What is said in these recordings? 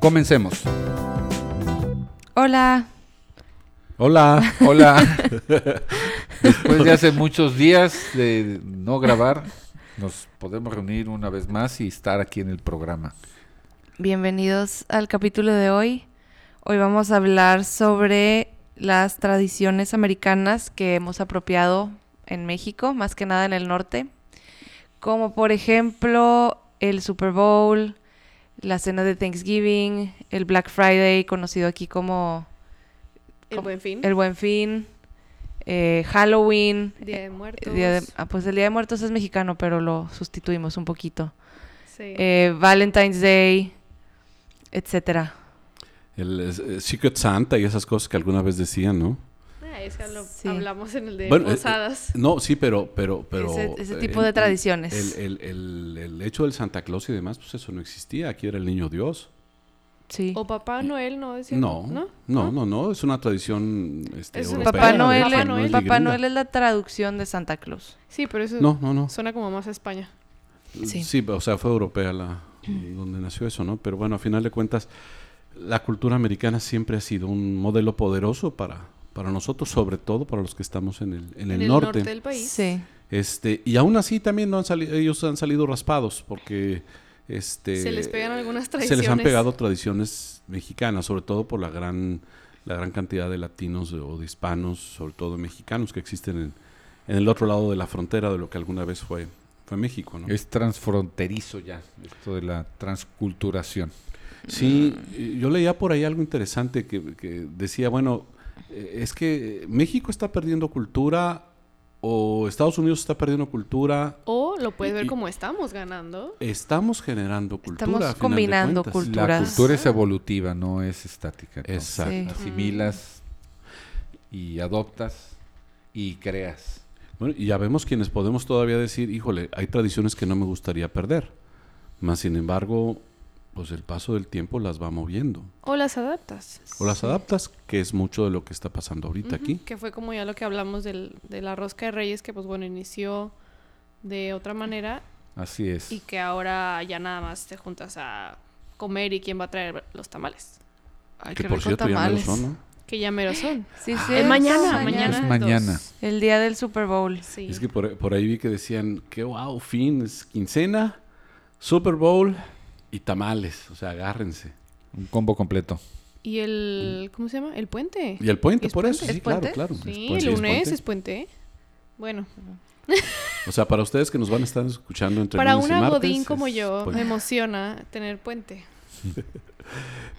Comencemos. Hola. Hola. Hola. Después de hace muchos días de no grabar, nos podemos reunir una vez más y estar aquí en el programa. Bienvenidos al capítulo de hoy. Hoy vamos a hablar sobre las tradiciones americanas que hemos apropiado en México, más que nada en el norte, como por ejemplo el Super Bowl, la cena de Thanksgiving, el Black Friday, conocido aquí como El buen fin. el Buen Fin, eh, Halloween, Día de eh, muertos. Día de- ah, pues el Día de Muertos es mexicano, pero lo sustituimos un poquito. Sí. eh, Valentine's Day, etcétera. El eh, Secret Santa y esas cosas que alguna vez decían, ¿no? Ah, es que lo- sí. hablamos en el de Bueno, eh, posadas. No, sí, pero... pero, pero Ese- ese eh, tipo de el- tradiciones. El, el- el- el hecho del Santa Claus y demás, pues eso no existía. Aquí era el niño Dios. Sí. O Papá Noel, ¿no? Decía- No, no, no, no, Es una tradición este, Es una- europea. Papá Papá Noel, Noel, Papá no es Noel, ni gringa. es la traducción de Santa Claus. Sí, pero eso No, no, no. suena como más a España. Sí. Sí. Mm. o sea, fue europea la donde nació eso, ¿no? Pero bueno, a final de cuentas, la cultura americana siempre ha sido un modelo poderoso para, para nosotros, sobre todo para los que estamos en el, en el norte. del país. Sí. Este, y aún así también no han sali- ellos han salido raspados porque este Se les pegan algunas se les han tradiciones. pegado tradiciones mexicanas, sobre todo por la gran la gran cantidad de latinos o de hispanos, sobre todo mexicanos que existen en, en el otro lado de la frontera de lo que alguna vez fue fue México, ¿no? Es transfronterizo ya, esto de la transculturación. Sí, eh, yo leía por ahí algo interesante que, que decía, bueno, eh, es que México está perdiendo cultura o Estados Unidos está perdiendo cultura. O lo puedes Y- ver y- como estamos ganando. Estamos generando cultura. Estamos a final de combinando cuentas. cultura. La Culturas. cultura es evolutiva, no es estática. ¿no? Exacto. Sí. Asimilas y adoptas y creas. Bueno, y ya vemos quienes podemos todavía decir, híjole, hay tradiciones que no me gustaría perder. Más sin embargo, pues el paso del tiempo las va moviendo. O las adaptas. O las adaptas, que es mucho de lo que está pasando ahorita aquí. Que fue como ya lo que hablamos del, de la rosca de reyes, que pues bueno, inició de otra manera Así es. y que ahora ya nada más te juntas a comer y quién va a traer los tamales. Ay, que qué por rico cierto ya me lo tamales. son, ¿no Que ya mero son. Sí, sí. Es mañana, mañana. mañana. Es mañana. dos. El día del Super Bowl. Sí. Es que por, por ahí vi que decían, qué wow, fin, es quincena, Super Bowl y tamales. O sea, agárrense. Un combo completo. Y el, ¿cómo se llama? El puente. Y el puente, ¿Es por eso. puente? Sí, ¿Es puente? claro, claro. Sí, Pues sí, es lunes puente. es puente. Bueno, O sea, para ustedes que nos van a estar escuchando entre para lunes y una martes, godín como es yo puente. me emociona tener puente.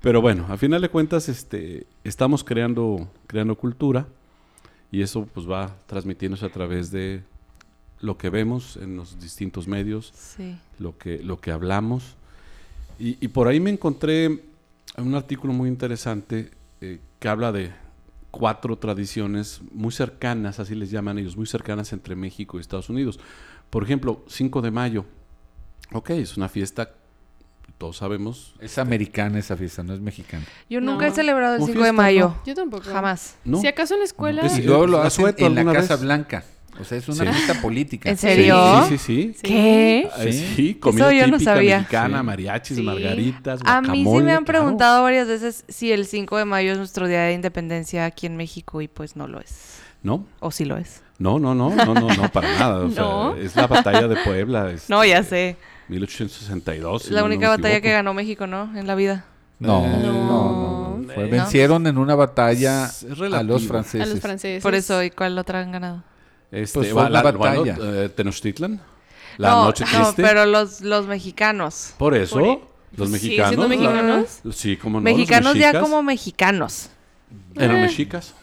Pero bueno, a final de cuentas, este, estamos creando, creando cultura y eso pues va transmitiéndose a través de lo que vemos en los distintos medios, Sí. lo que, lo que hablamos. Y, y por ahí me encontré un artículo muy interesante eh, que habla de cuatro tradiciones muy cercanas, así les llaman ellos, muy cercanas entre México y Estados Unidos. Por ejemplo, 5 de mayo. Ok, es una fiesta, todos sabemos. Es americana esa fiesta, no es mexicana. Yo No. nunca he celebrado el Como 5 de fiesta, mayo. Yo tampoco. Jamás. ¿no? Si acaso en la escuela. Es- Y luego lo la hacen sueto en la alguna Casa vez. Blanca. O sea, es una Sí. fiesta política. ¿En serio? Sí, sí, sí. sí. Sí. ¿Qué? Ah, Sí, Sí. comida Eso yo no típica sabía. mexicana, Sí. mariachis, Sí. margaritas, A mí sí me guacamole, han claro. preguntado varias veces si el 5 de mayo es nuestro día de independencia aquí en México y pues no lo es. No, O sí lo es. no, no, no, no, no, no, para nada. O sea, No. es la batalla de Puebla. este, No, ya sé. 1862. si la no- no única me batalla que equivoco. ganó México, ¿no? En la vida. No, Eh, no, no, no. no. Fue- Eh, vencieron en una batalla Es a relativo. los franceses. a los franceses. Por eso, ¿y cuál otra han ganado? Este, Pues fue va- una la- bueno, batalla. eh, Tenochtitlan, la no, noche no, triste. pero los, los mexicanos. Por eso, Por- los Pues, ¿sigue mexicanos. siendo mexicanos? la- sí, como no. los mexicanos ya mexicas como eh. mexicanos. Eran mexicas.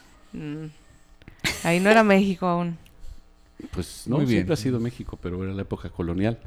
Ahí no era México aún. Pues no, Muy bien. siempre ha sido México, pero era la época colonial.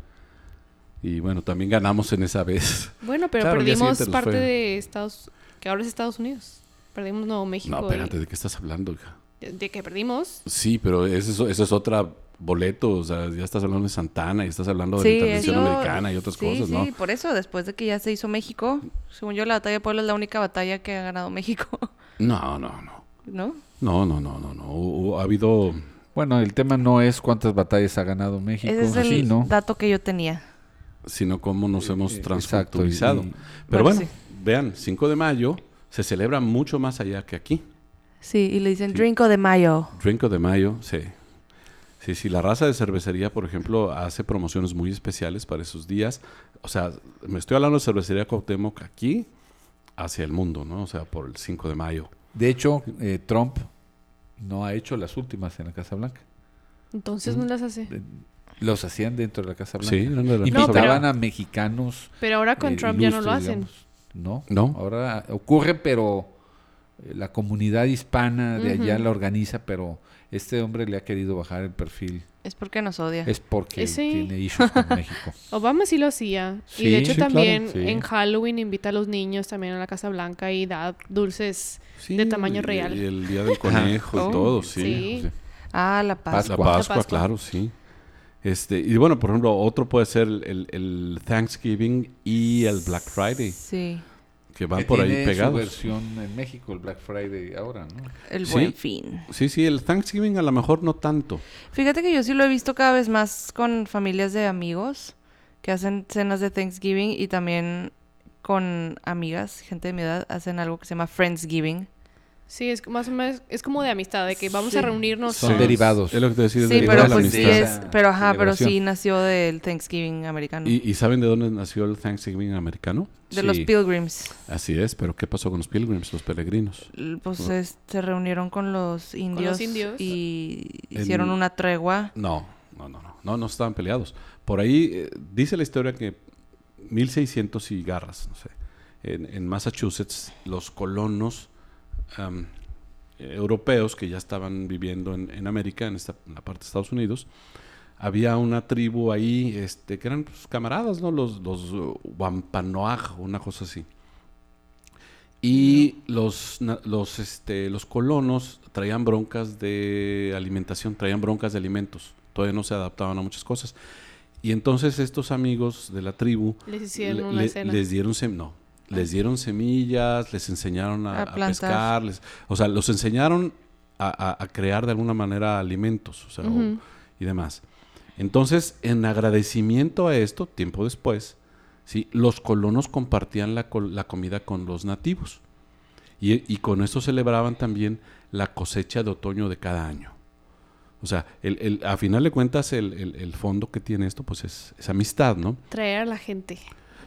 Y bueno, también ganamos en esa vez. Bueno, pero Claro, el día perdimos siguiente los parte fue. de Estados que ahora es Estados Unidos. Perdimos Nuevo México. No, y- espérate, ¿de qué estás hablando, hija? de, de que perdimos. Sí, pero ese es, eso es otra boleto, o sea, ya estás hablando de Santana y estás hablando de Sí, la intervención eso- americana y otras sí, cosas, sí, ¿no? por eso, después de que ya se hizo México, según yo, la batalla de Puebla es la única batalla que ha ganado México, No, no, no. ¿no? No, no, no, no, no. Hu- hu- Ha habido Bueno, el tema no es cuántas batallas ha ganado México, Ese es el sí, ¿no? dato que yo tenía. sino cómo nos hemos Eh, transculturizado. exacto, Pero Bueno, bueno, vean, 5 de mayo se celebra mucho más allá que aquí. Sí, y le dicen Drinko de Mayo. Drinko de mayo, sí. Sí, sí, la raza de cervecería, por ejemplo, hace promociones muy especiales para esos días. O sea, me estoy hablando de cervecería Cuauhtémoc aquí hacia el mundo, ¿no? O sea, por el 5 de mayo. De hecho, eh, Trump no ha hecho las últimas en la Casa Blanca. Entonces Mm. no las hace. Los hacían dentro de la Casa Blanca. Sí, eran de la No, Casa Blanca. Invitaban a mexicanos. Pero ahora con eh, Trump ya no lo ilustres, hacen. digamos. No, No. Ahora ocurre, pero eh, la comunidad hispana de allá Ujú. la organiza, pero este hombre le ha querido bajar el perfil. Es porque nos Eh, odia. Es porque Ese- tiene issues con México. Obama sí lo hacía. Sí, y de hecho sí, claro, también sí. en Halloween invita a los niños también a la Casa Blanca y da dulces. Sí, De tamaño y- real. Y el día del conejo Oh, y todo, sí. sí. o sea, Ah, la paz. La Pascua. Pascua, La Pascua. claro, sí. Este, y bueno, por ejemplo, otro puede ser el, el- el Thanksgiving y el Black Friday, Sí, que van Que por ahí tiene Su pegados. versión en México, el Black Friday ahora, ¿no? el Sí. buen fin. Sí, sí, el Thanksgiving a lo mejor no tanto. Fíjate que yo sí lo he visto cada vez más con familias de amigos que hacen cenas de Thanksgiving y también con amigas, gente de mi edad, hacen algo que se llama Friendsgiving. Sí, es más o menos, es como de amistad, de que vamos Sí. a reunirnos. Son todos. derivados. Es lo que te decía, Sí, es de- derivado pero de la pues sí amistad. es, Esa pero ajá, pero sí celebración. nació del Thanksgiving americano, ¿Y, y saben de dónde nació el Thanksgiving americano? de los sí. Pilgrims. Así es, pero ¿qué pasó con los pilgrims, los peregrinos? L- Pues es- se reunieron con los indios, indios. y En- hicieron una tregua. No, no, no, no, no, no estaban peleados. Por ahí eh, dice la historia que 1600 y garras, no sé, en, en Massachusetts, los colonos am, eh, europeos que ya estaban viviendo en, en América, en, esta, en la parte de Estados Unidos, había una tribu ahí este, que eran pues, camaradas, ¿no? Los, los eh, Wampanoag, una cosa así. Y los, na- los, este, los colonos traían broncas de alimentación, traían broncas de alimentos. Todavía no se adaptaban a muchas cosas. Y entonces estos amigos de la tribu Les hicieron le- una le- cena. les dieron sem- no, les dieron semillas, les enseñaron A a, a plantar. pescar, les- o sea, los enseñaron a, a- a crear de alguna manera alimentos, o sea, o- Ujú. y demás. Entonces, en agradecimiento a esto, tiempo después, ¿sí? los colonos compartían la, col- la comida con los nativos. Y, y con esto celebraban también la cosecha de otoño de cada año. O sea, el, el- a final de cuentas, el, el- el fondo que tiene esto, pues es, es amistad, ¿no? Traer a la gente.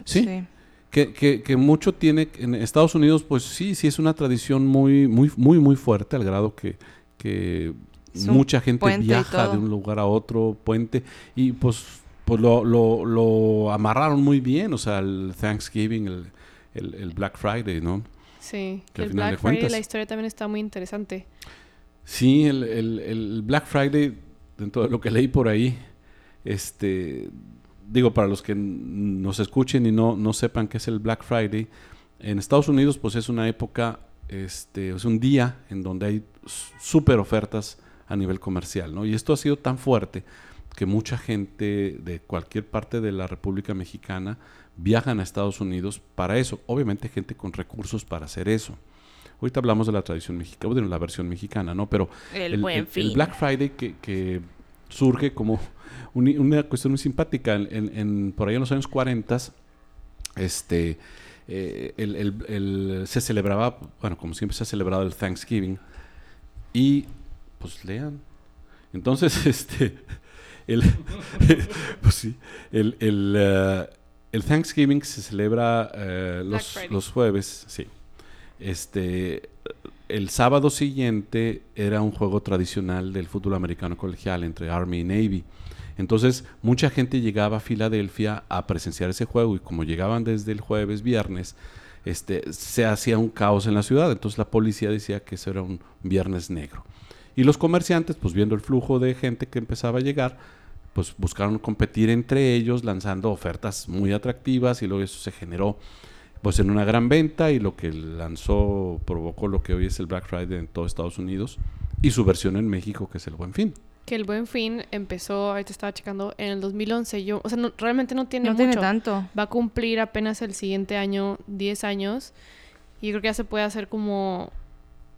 Sí. Que, que- que mucho tiene en Estados Unidos, pues sí, sí es una tradición muy, muy, muy, muy fuerte, al grado que, que Es un mucha gente puente y viaja todo. de un lugar a otro puente y pues, pues lo, lo- lo amarraron muy bien, o sea, el Thanksgiving, el, el- el Black Friday, ¿no? Sí. Que al final el de Black Friday, cuentas- la historia también está muy interesante. Sí, el, el- el Black Friday, dentro de lo que leí por ahí, este, digo, para los que n- nos escuchen y no, no sepan qué es el Black Friday, en Estados Unidos pues es una época, este, es un día en donde hay s- súper ofertas a nivel comercial, ¿no? Y esto ha sido tan fuerte que mucha gente de cualquier parte de la República Mexicana viajan a Estados Unidos para eso. Obviamente gente con recursos para hacer eso. Ahorita hablamos de la tradición mexicana, bueno, la versión mexicana, ¿no? Pero El, el, buen el- el fin. Black Friday que, que surge como un- una cuestión muy simpática. En, en- en- por ahí en los años 40, este, eh, el- el- el- se celebraba, bueno, como siempre se ha celebrado el Thanksgiving. Y, pues lean. Entonces, este, el, pues sí, el, el, eh, el Thanksgiving se celebra eh, los, Friday. los jueves, sí. Este, el sábado siguiente era un juego tradicional del fútbol americano colegial entre Army y Navy. Entonces, mucha gente llegaba a Filadelfia a presenciar ese juego y como llegaban desde el jueves, viernes, este, se hacía un caos en la ciudad. Entonces, la policía decía que eso era un viernes negro. Y los comerciantes, pues viendo el flujo de gente que empezaba a llegar, pues buscaron competir entre ellos lanzando ofertas muy atractivas y luego eso se generó pues en una gran venta y lo que lanzó provocó lo que hoy es el Black Friday en todo Estados Unidos y su versión en México que es el Buen Fin. Que el Buen Fin empezó, ahorita estaba checando, en el 2011. Yo, o sea, no- realmente no tiene No mucho. tiene tanto. Va a cumplir apenas el siguiente año 10 años. Y yo creo que ya se puede hacer como...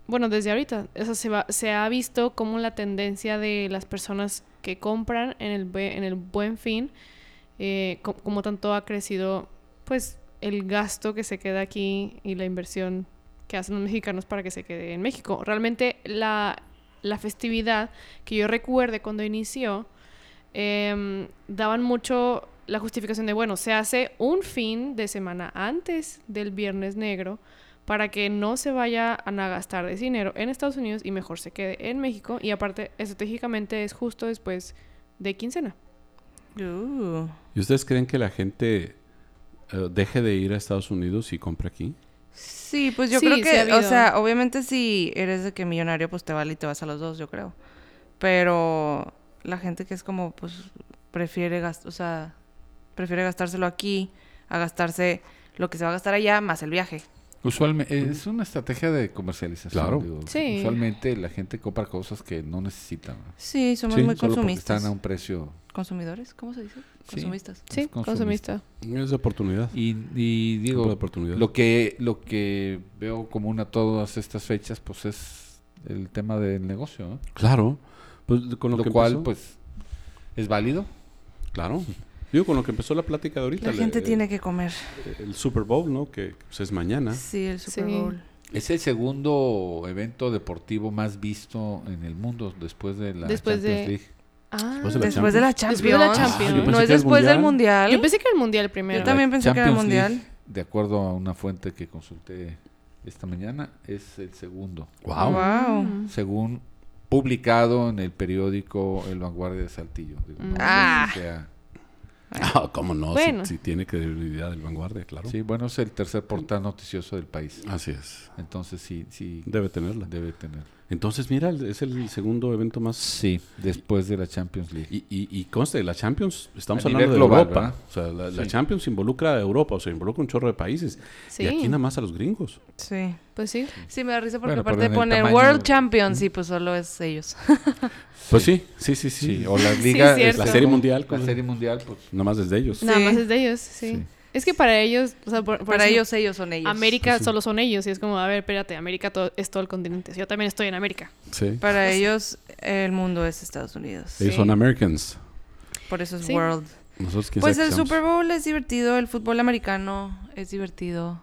Bueno, desde ahorita. O sea, se, va- se ha visto como la tendencia de las personas que compran en el, bue- en el Buen Fin, eh, co- como tanto ha crecido, pues, el gasto que se queda aquí y la inversión que hacen los mexicanos para que se quede en México. Realmente la, la festividad que yo recuerde cuando inició, em, daban mucho la justificación de, bueno, se hace un fin de semana antes del Viernes Negro para que no se vaya a na- gastar de dinero en Estados Unidos y mejor se quede en México. Y aparte, estratégicamente es justo después de quincena. Uh, ¿Y ustedes creen que la gente eh, deje de ir a Estados Unidos y compre aquí? Sí, pues yo Sí, creo sí que, o ha habido. sea, obviamente si eres de que millonario, pues te vale y te vas a los dos, yo creo. Pero la gente que es como, pues, prefiere gastar, o sea, prefiere gastárselo aquí a gastarse lo que se va a gastar allá más el viaje. Usualmente es una estrategia de comercialización. eh, Claro. digo, Sí. Usualmente la gente compra cosas que no necesitan. ¿no? Sí, somos Sí, muy Solo porque consumistas. están a un precio. ¿Consumidores? ¿Cómo se dice? Sí. Consumistas. Sí, Sí, Es consumista. consumista. Es de oportunidad. Y, y Compra de digo, oportunidad. lo que, lo que veo común a todas estas fechas, pues es el tema del negocio. ¿no? Claro. Pues, con lo, Lo, que cual, empezó- pues, es válido. Claro. Digo, con lo que empezó la plática de ahorita. eh, La el- gente el- tiene que comer. El Super Bowl, ¿no? Que pues, es mañana. Sí, el Super Sí. Bowl. Es el segundo evento deportivo más visto en el mundo después de la Después Champions de- League. Ah, Después de la Después de la Champions. Champions. Después de la Champions. Ah, yo no pensé es que el después del Mundial. Ah, yo pensé que era el mundial primero. Yo también La pensé que era Champions mundial. League, de acuerdo a una fuente que consulté esta mañana, es el segundo. Wow. Wow. Mm. Según publicado en el periódico El Vanguardia de Saltillo. Digo, no sé si Ah. sea- Ah, ¿Cómo no? Si- Bueno. Si, tiene credibilidad el vanguardia, claro. Sí, bueno, es el tercer portal noticioso del país. Así es. Entonces sí, sí Debe tenerla. debe tener. Entonces, mira, el- es el segundo evento más... Sí, después de la Champions League. Y, y, y conste, la Champions, estamos A hablando nivel de global, Europa. ¿verdad? O sea, la, la Sí. Champions involucra a Europa, o sea, involucra un chorro de países. Sí, Y aquí nada más a los gringos. Sí. pues sí. Sí, me da risa porque Bueno, pero aparte en el ponen tamaño- World Champions y pues solo es ellos. Pues sí, sí, sí, sí. Sí, o las Sí, ligas. cierto. La Serie Mundial, La ¿cómo se- serie mundial, pues. Nada más desde ellos. Sí. Nada más es de ellos, sí. Sí. Es que para ellos, o sea, por- por Para eso- ellos, ellos son ellos. América Sí. solo son ellos y es como, a ver, espérate, América to- es todo el continente. Yo también estoy en América. Sí. Para ellos, el mundo es Estados Unidos. Ellos Sí. son Americans. Por eso es Sí. World. Nosotros quién Pues sabe el qué Super seamos. Bowl es divertido, el fútbol americano es divertido.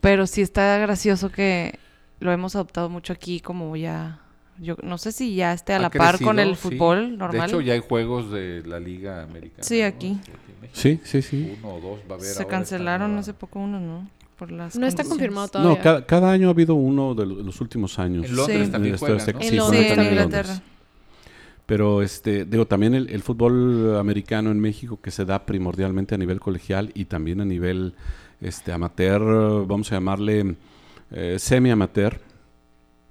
Pero sí está gracioso que lo hemos adoptado mucho aquí, como ya. Yo no sé si ya esté a la ha par con crecido, el sí. fútbol normal. De hecho, ya hay juegos de la Liga Americana. Sí, aquí. en México. Sí, sí, sí. Uno o dos va a haber. Se ahora esta cancelaron nueva- hace poco unos, ¿no? Por las No está condiciones. confirmado todavía. No, cada, cada año ha habido uno de los, los últimos años. En Londres Sí. también En juegan, este- ¿no? En sí, Londres. juegan Sí, en también en Inglaterra. Londres. Pero este, digo, también el, el fútbol americano en México que se da primordialmente a nivel colegial y también a nivel este amateur, eh, vamos a llamarle eh, semi-amateur,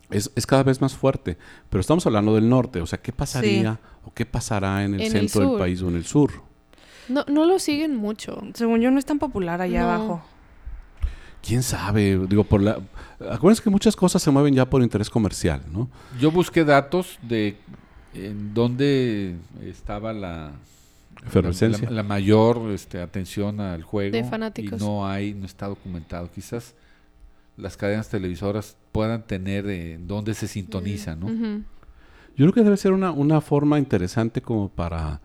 es, es cada vez más fuerte. Pero estamos hablando del norte, o sea, ¿qué pasaría o qué pasará en el En el centro del sur. país o en el sur? No, no lo siguen mucho. Según yo, no es tan popular allá No. abajo. ¿Quién sabe? Digo, por la... Acuérdense que muchas cosas se mueven ya por interés comercial, ¿no? Yo busqué datos de en dónde estaba la, la, Efervescencia. la- la mayor este, atención al juego. De fanáticos. Y no hay, no está documentado. Quizás las cadenas televisoras puedan tener eh, en dónde se sintoniza, ¿no? Ujú. Yo creo que debe ser una, una forma interesante como para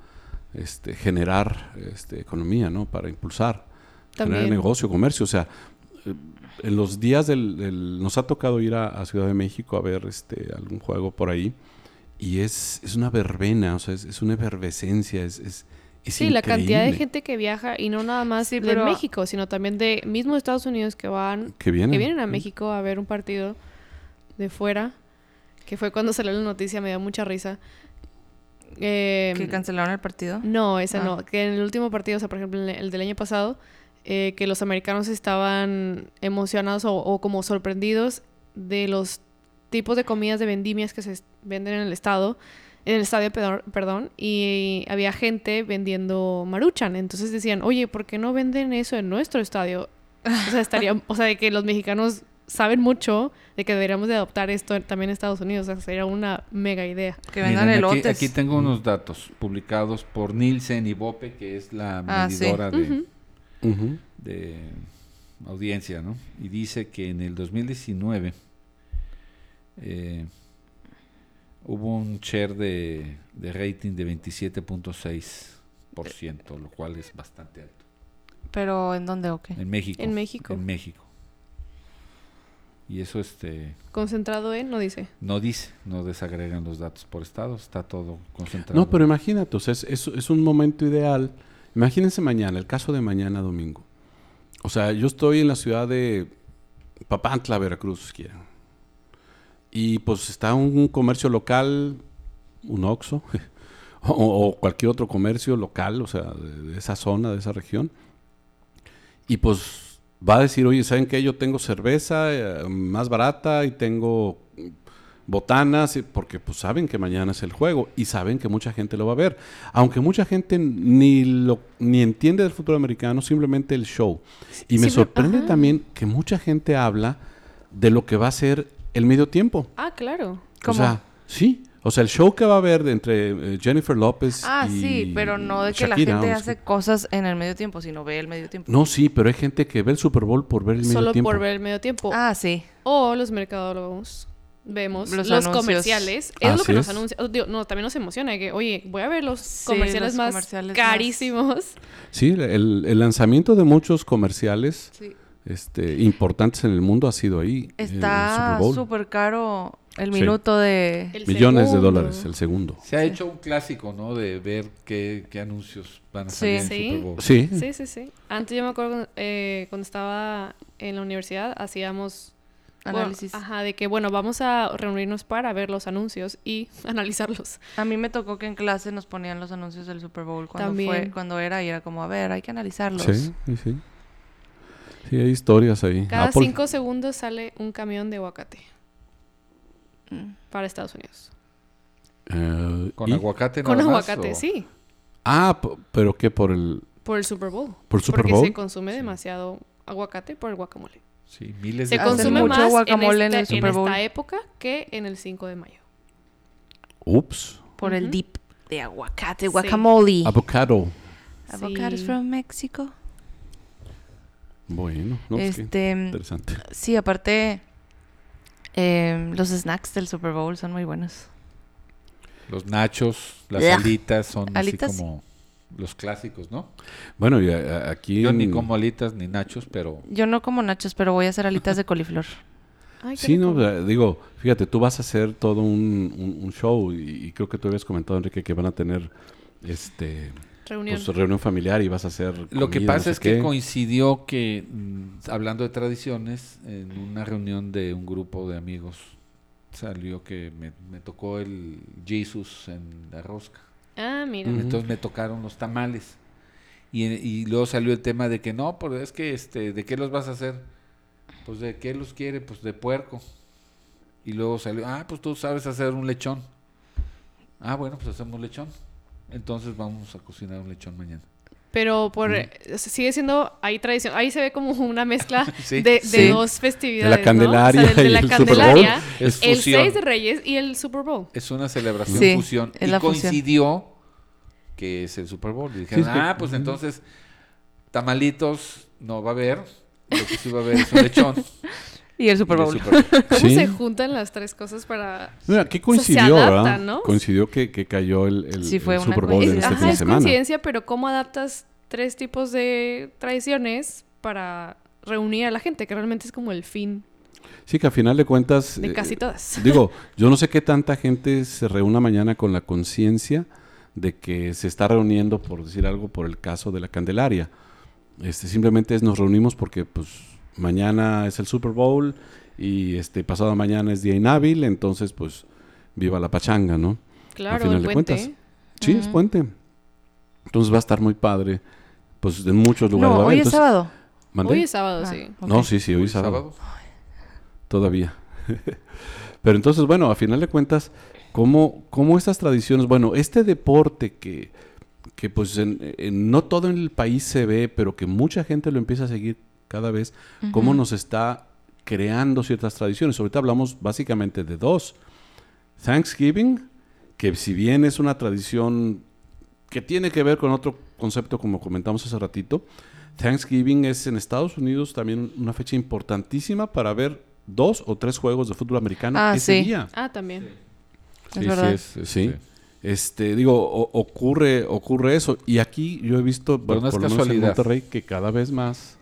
este, generar este, economía, ¿no? Para impulsar, generar También. negocio, comercio. O sea, eh, en los días del... del- nos ha tocado ir a, a Ciudad de México a ver este, algún juego por ahí y es, es una verbena, o sea, es, es una efervescencia, es... es- es Sí, la cantidad de increíble gente que viaja y no nada más Sí, de pero- México, sino también de mismo de Estados Unidos que van, que viene. que vienen a México a ver un partido de fuera, que fue cuando salió la noticia, me dio mucha risa. Eh, Que cancelaron el partido. No, esa Ah. no. Que en el último partido, o sea, por ejemplo, en el del año pasado, eh, que los americanos estaban emocionados o, o como sorprendidos de los tipos de comidas de vendimias que se es- venden en el estado, en el estadio, pedor- perdón, y había gente vendiendo maruchan. Entonces decían, oye, ¿por qué no venden eso en nuestro estadio? O sea, estaría, o sea, de que los mexicanos saben mucho de que deberíamos de adoptar esto también en Estados Unidos. O sea, sería una mega idea. Que Miren, vendan aquí- elotes. Aquí, tengo unos datos publicados por Nielsen y Bope, que es la Ah, sí. medidora de, Ujú. Ujú. de audiencia, ¿no? Y dice que en el 2019 eh, hubo un share de, de rating de 27.6%, lo cual es bastante alto. Pero Eh, ¿en dónde o qué? En México. En México. En México. Y eso este Concentrado en, no dice. no dice, no desagregan los datos por estado, está todo concentrado. No, pero imagínate, o sea, es, es- es un momento ideal. Imagínense mañana, el caso de mañana domingo. O sea, yo estoy en la ciudad de Papantla, Veracruz, si quieren. Y pues está un comercio local, un Oxxo, o, o cualquier otro comercio local, o sea, de, de esa zona, de esa región. Y pues va a decir, oye, ¿saben qué? Yo tengo cerveza eh, más barata y tengo botanas, y- porque pues saben que mañana es el juego y saben que mucha gente lo va a ver. Aunque mucha gente ni lo ni entiende del fútbol americano, simplemente el show. Y me Simple- sorprende ajá. también que mucha gente habla de lo que va a ser el medio tiempo. Ah, claro. O ¿Cómo? sea, sí. O sea, el show que va a haber de entre eh, Jennifer López Ah, y sí, pero no de que Shakira, la gente o no sé hace qué. cosas en el medio tiempo, sino ve el medio tiempo. No, sí, pero hay gente que ve el Super Bowl por ver el medio Solo tiempo. por ver el medio tiempo. Ah, sí. O los mercadólogos vemos Los los, anuncios. comerciales. Es lo Así que nos es. anuncia. oh, digo, no, también nos emociona que, oye, voy a ver los Sí, comerciales los más comerciales más- carísimos. Sí, el, el lanzamiento de muchos comerciales sí. este, importantes en el mundo ha sido ahí. eh, Está el Super Bowl. súper caro el Sí. minuto de... El Millones de segundo. dólares, el segundo. Se ha hecho un clásico, ¿no? De ver qué, qué anuncios van a Sí. salir en Sí. Super Bowl. Sí. Sí, sí, sí. Antes yo me acuerdo eh, cuando estaba en la universidad, hacíamos bueno, Análisis. ajá, de que, bueno, vamos a reunirnos para ver los anuncios y analizarlos. Ah, A mí me tocó que en clase nos ponían los anuncios del Super Bowl cuando fue, También. cuando era y era como, a ver, hay que analizarlos. Sí, sí, sí. Sí, hay historias ahí. Ah, Cada Apple. cinco segundos sale un camión de aguacate Mm. para Estados Unidos. Eh, Con y- aguacate Con nada más, aguacate, o- sí. Ah, p- pero ¿qué? Por el, Por el Super Bowl. por el Super porque Bowl. se consume demasiado aguacate por el guacamole. Sí, miles Se de Hacen consume mucho más guacamole en en, el este- en Super Bowl. esta época que en el 5 de mayo. Ups. Por el Ujú. dip de aguacate, Sí. guacamole. Ah, Avocado. Avocados Sí. from Mexico. Bueno, no, pues, qué este, interesante. sí, aparte, em, los snacks del Super Bowl son muy buenos. Los nachos, las Blah. alitas son Alitas, así sí. como los clásicos, ¿no? Bueno, y a- a- aquí... Yo en- ni como alitas ni nachos, pero Yo no como nachos, pero voy a hacer alitas de coliflor. Ay, qué Sí, no, rico. eh, digo, fíjate, tú vas a hacer todo un, un- un show y, y creo que tú habías comentado, Enrique, que van a tener este Reunión. pues, reunión familiar y vas a hacer... Lo que comida, no pasa sé es que qué. coincidió que, mm, hablando de tradiciones, en una reunión de un grupo de amigos salió que me, me tocó el Jesus en la rosca. Ah, mira. Mm. Ujú. Entonces me tocaron los tamales. Y, y luego salió el tema de que no, pero es que, este, ¿de qué los vas a hacer? Pues de qué los quiere, pues de puerco. Y luego salió, ah, pues tú sabes hacer un lechón. Ah, bueno, pues hacemos lechón. Entonces vamos a cocinar un lechón mañana. Pero por o sea, sigue siendo ahí tradición. Ahí se ve como una mezcla Sí. de, de Sí. dos festividades. De la Candelaria ¿no? O sea, de, y la el Super Bowl. Candelaria, Es el fusión. 6 de Reyes y el Super Bowl. Es una celebración Sí, fusión. es y la fusión. coincidió que es el Super Bowl. Y dijeron, Sí, es que- ah, pues entonces, tamalitos no va a haber. Lo que sí va a haber es un lechón. Y el Super Y el Bowl. Super Bowl. ¿Cómo Sí. se juntan las tres cosas para...? Mira, ¿qué sea, se coincidió, adapta, verdad? ¿no? Coincidió que, que cayó el, el- Sí, fue el una Super Bowl en coincidencia. este Ajá, fin de es semana. coincidencia, pero ¿cómo adaptas tres tipos de tradiciones para reunir a la gente? Que realmente es como el fin Sí, que a final de cuentas... de eh, casi todas. Digo, yo no sé qué tanta gente se reúna mañana con la conciencia de que se está reuniendo, por decir algo, por el caso de la Candelaria. Este, simplemente es, nos reunimos porque pues mañana es el Super Bowl y este pasado mañana es día inhábil, entonces pues viva la pachanga, ¿no? Claro, final el de puente. cuentas. Sí, es Ujú. puente. Entonces va a estar muy padre, pues en muchos lugares. va a No, haber, hoy es entonces- sábado. ¿Mande? Hoy es sábado, Ah, sí. ok. No, sí, sí, hoy Hoy es sábado. sábado. Todavía. Pero entonces, bueno, a final de cuentas, ¿cómo, cómo estas tradiciones, bueno, este deporte que, que pues en- en- no todo en el país se ve, pero que mucha gente lo empieza a seguir, cada vez, cómo nos está creando ciertas tradiciones. Ahorita hablamos básicamente de dos. Thanksgiving, que si bien es una tradición que tiene que ver con otro concepto como comentamos hace ratito, Thanksgiving es en Estados Unidos también una fecha importantísima para ver dos o tres juegos de fútbol americano Ah, ese sí. día. Ah, también. Es verdad. Sí. Este, digo, o- ocurre, ocurre eso. Y aquí yo he visto, Pero no es por lo menos en casualidad. Monterrey, que cada vez más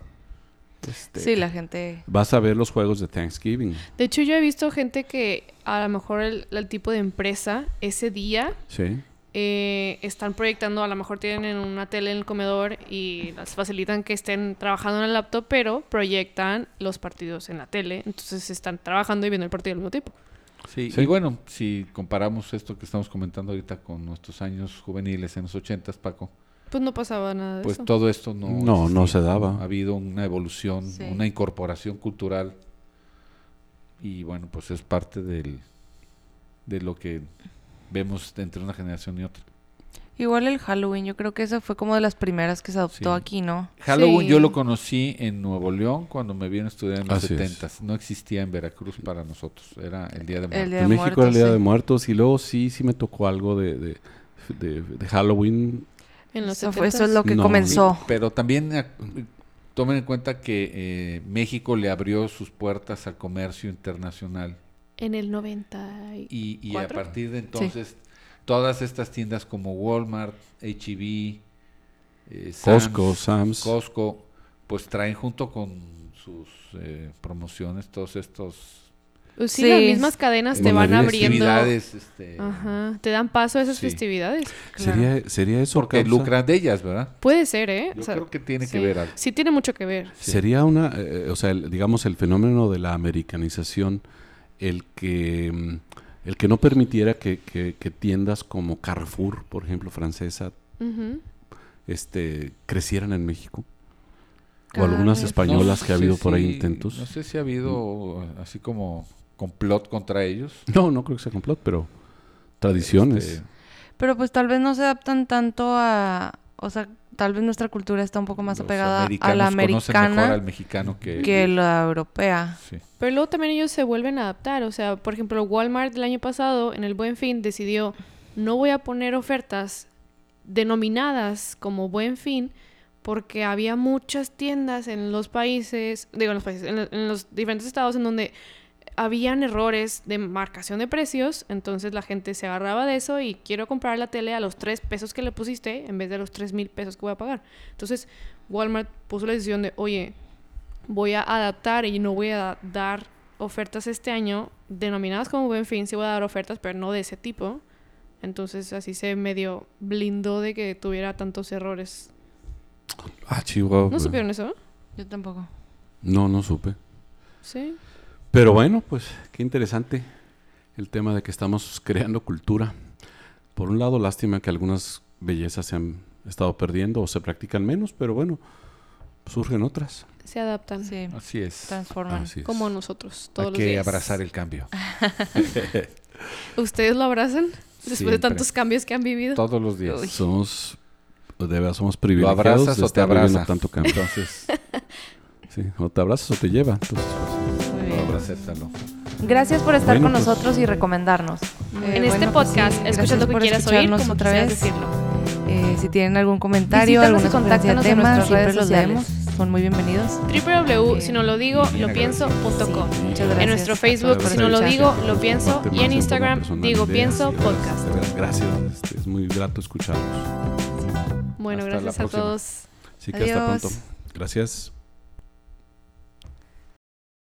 este, Sí, la gente. vas a ver los juegos de Thanksgiving. De hecho, yo he visto gente que a lo mejor el, el tipo de empresa ese día Sí. eh, están proyectando, a lo mejor tienen una tele en el comedor y las facilitan que estén trabajando en el laptop, pero proyectan los partidos en la tele. Entonces están trabajando y viendo el partido del mismo tipo. Sí, Sí. y bueno, si comparamos esto que estamos comentando ahorita con nuestros años juveniles en los ochentas, Paco, Pues no pasaba nada de pues eso. todo esto no... No, no se daba. Ha habido una evolución, Sí. una incorporación cultural y bueno, pues es parte del, de lo que vemos entre una generación y otra. Igual el Halloween, yo creo que esa fue como de las primeras que se adoptó Sí. aquí, ¿no? Halloween Sí. yo lo conocí en Nuevo León cuando me vino a estudiar en los Así es. setentas. No existía en Veracruz para nosotros, era el Día de El Muertos. Día en de México era el Muertos, Día sí. de Muertos y luego sí, sí me tocó algo de, de, de- de Halloween. En los Eso, fue- eso es 70s. lo que No. comenzó. Pero también eh, tomen en cuenta que eh, México le abrió sus puertas al comercio internacional En el 90. y- y, y a ¿Cuatro? partir de entonces todas estas tiendas como Walmart, H-E-B, eh, Sam's, Costco, Sam's. Costco, pues traen junto con sus eh, promociones todos estos Pues sí, Sí, las es- mismas cadenas te Bueno, van había abriendo. actividades, este, Ajá, te dan paso a esas Sí. festividades. ¿Sería, sería eso porque causa- lucran de ellas, ¿verdad? Puede ser, ¿eh? Yo O sea, creo que tiene sí. que ver algo. Sí, tiene mucho que ver. Sería una, eh, o sea, el- digamos, el fenómeno de la americanización, el que, mm, el que no permitiera que, que- que tiendas como Carrefour, por ejemplo, francesa, Ujú. este, crecieran en México. O Carrefour. algunas españolas No que ha habido sé por ahí si- intentos. No sé si ha habido mm, así como complot contra ellos. No, no creo que sea complot, pero tradiciones. Este, Pero pues tal vez no se adaptan tanto a... O sea, tal vez nuestra cultura está un poco más los apegada a la americanos conocen mejor al americana mexicano que, que la europea. Sí. Pero luego también ellos se vuelven a adaptar. O sea, por ejemplo, Walmart el año pasado, en el Buen Fin, decidió no voy a poner ofertas denominadas como Buen Fin porque había muchas tiendas en los países, digo, en los países, en, lo- en los diferentes estados en donde habían errores de marcación de precios, entonces la gente se agarraba de eso y quiero comprar la tele a los tres pesos que le pusiste en vez de los tres mil pesos que voy a pagar. Entonces Walmart puso la decisión de, oye, voy a adaptar y no voy a dar ofertas este año denominadas como buen fin, sí voy a dar ofertas, pero no de ese tipo. Entonces así se medio blindó de que tuviera tantos errores. Ah, Chihuahua. ¿No supieron eso? Yo tampoco. No, no supe. Sí. Pero bueno, pues qué interesante el tema de que estamos creando cultura. Por un lado, lástima que algunas bellezas se han estado perdiendo o se practican menos, pero bueno, surgen otras. Se adaptan. Sí, Así es. transforman. Así es. Como nosotros, todos Hay los que días. abrazar el cambio. Ah. ¿Ustedes lo abrazan? Después de Siempre. tantos cambios que han vivido. Todos los días. Uy. Somos, de verdad, somos ¿Lo privilegiados abrazas de o te estar viviendo abraza? tanto cambio. Entonces, Sí, o te abrazas o te lleva. Entonces, pues, Muy bien. ahora acéptalo. Gracias por estar Bueno, con pues- nosotros y recomendarnos. en Eh, este bueno, pues sí, podcast, escucha gracias lo que por quieras oír, escucharnos como otra quisieras vez. decirlo. Eh, si tienen algún comentario, Visítanos y alguna sugerencia de contáctanos en temas, nuestras siempre redes los leemos. sociales. Son muy bienvenidos. www, Bien. si no lo digo, Bien lo pienso.com. Sí, muchas gracias. En nuestro a Facebook, todos si por no lo escuchar. digo, lo comparte pienso. más Y en en Instagram, forma personal, digo ideas, pienso ideas, podcast. de verdad, gracias, este, es muy grato escucharlos. Bueno, Hasta la gracias a próxima. todos. Así que hasta Adiós. pronto. Gracias.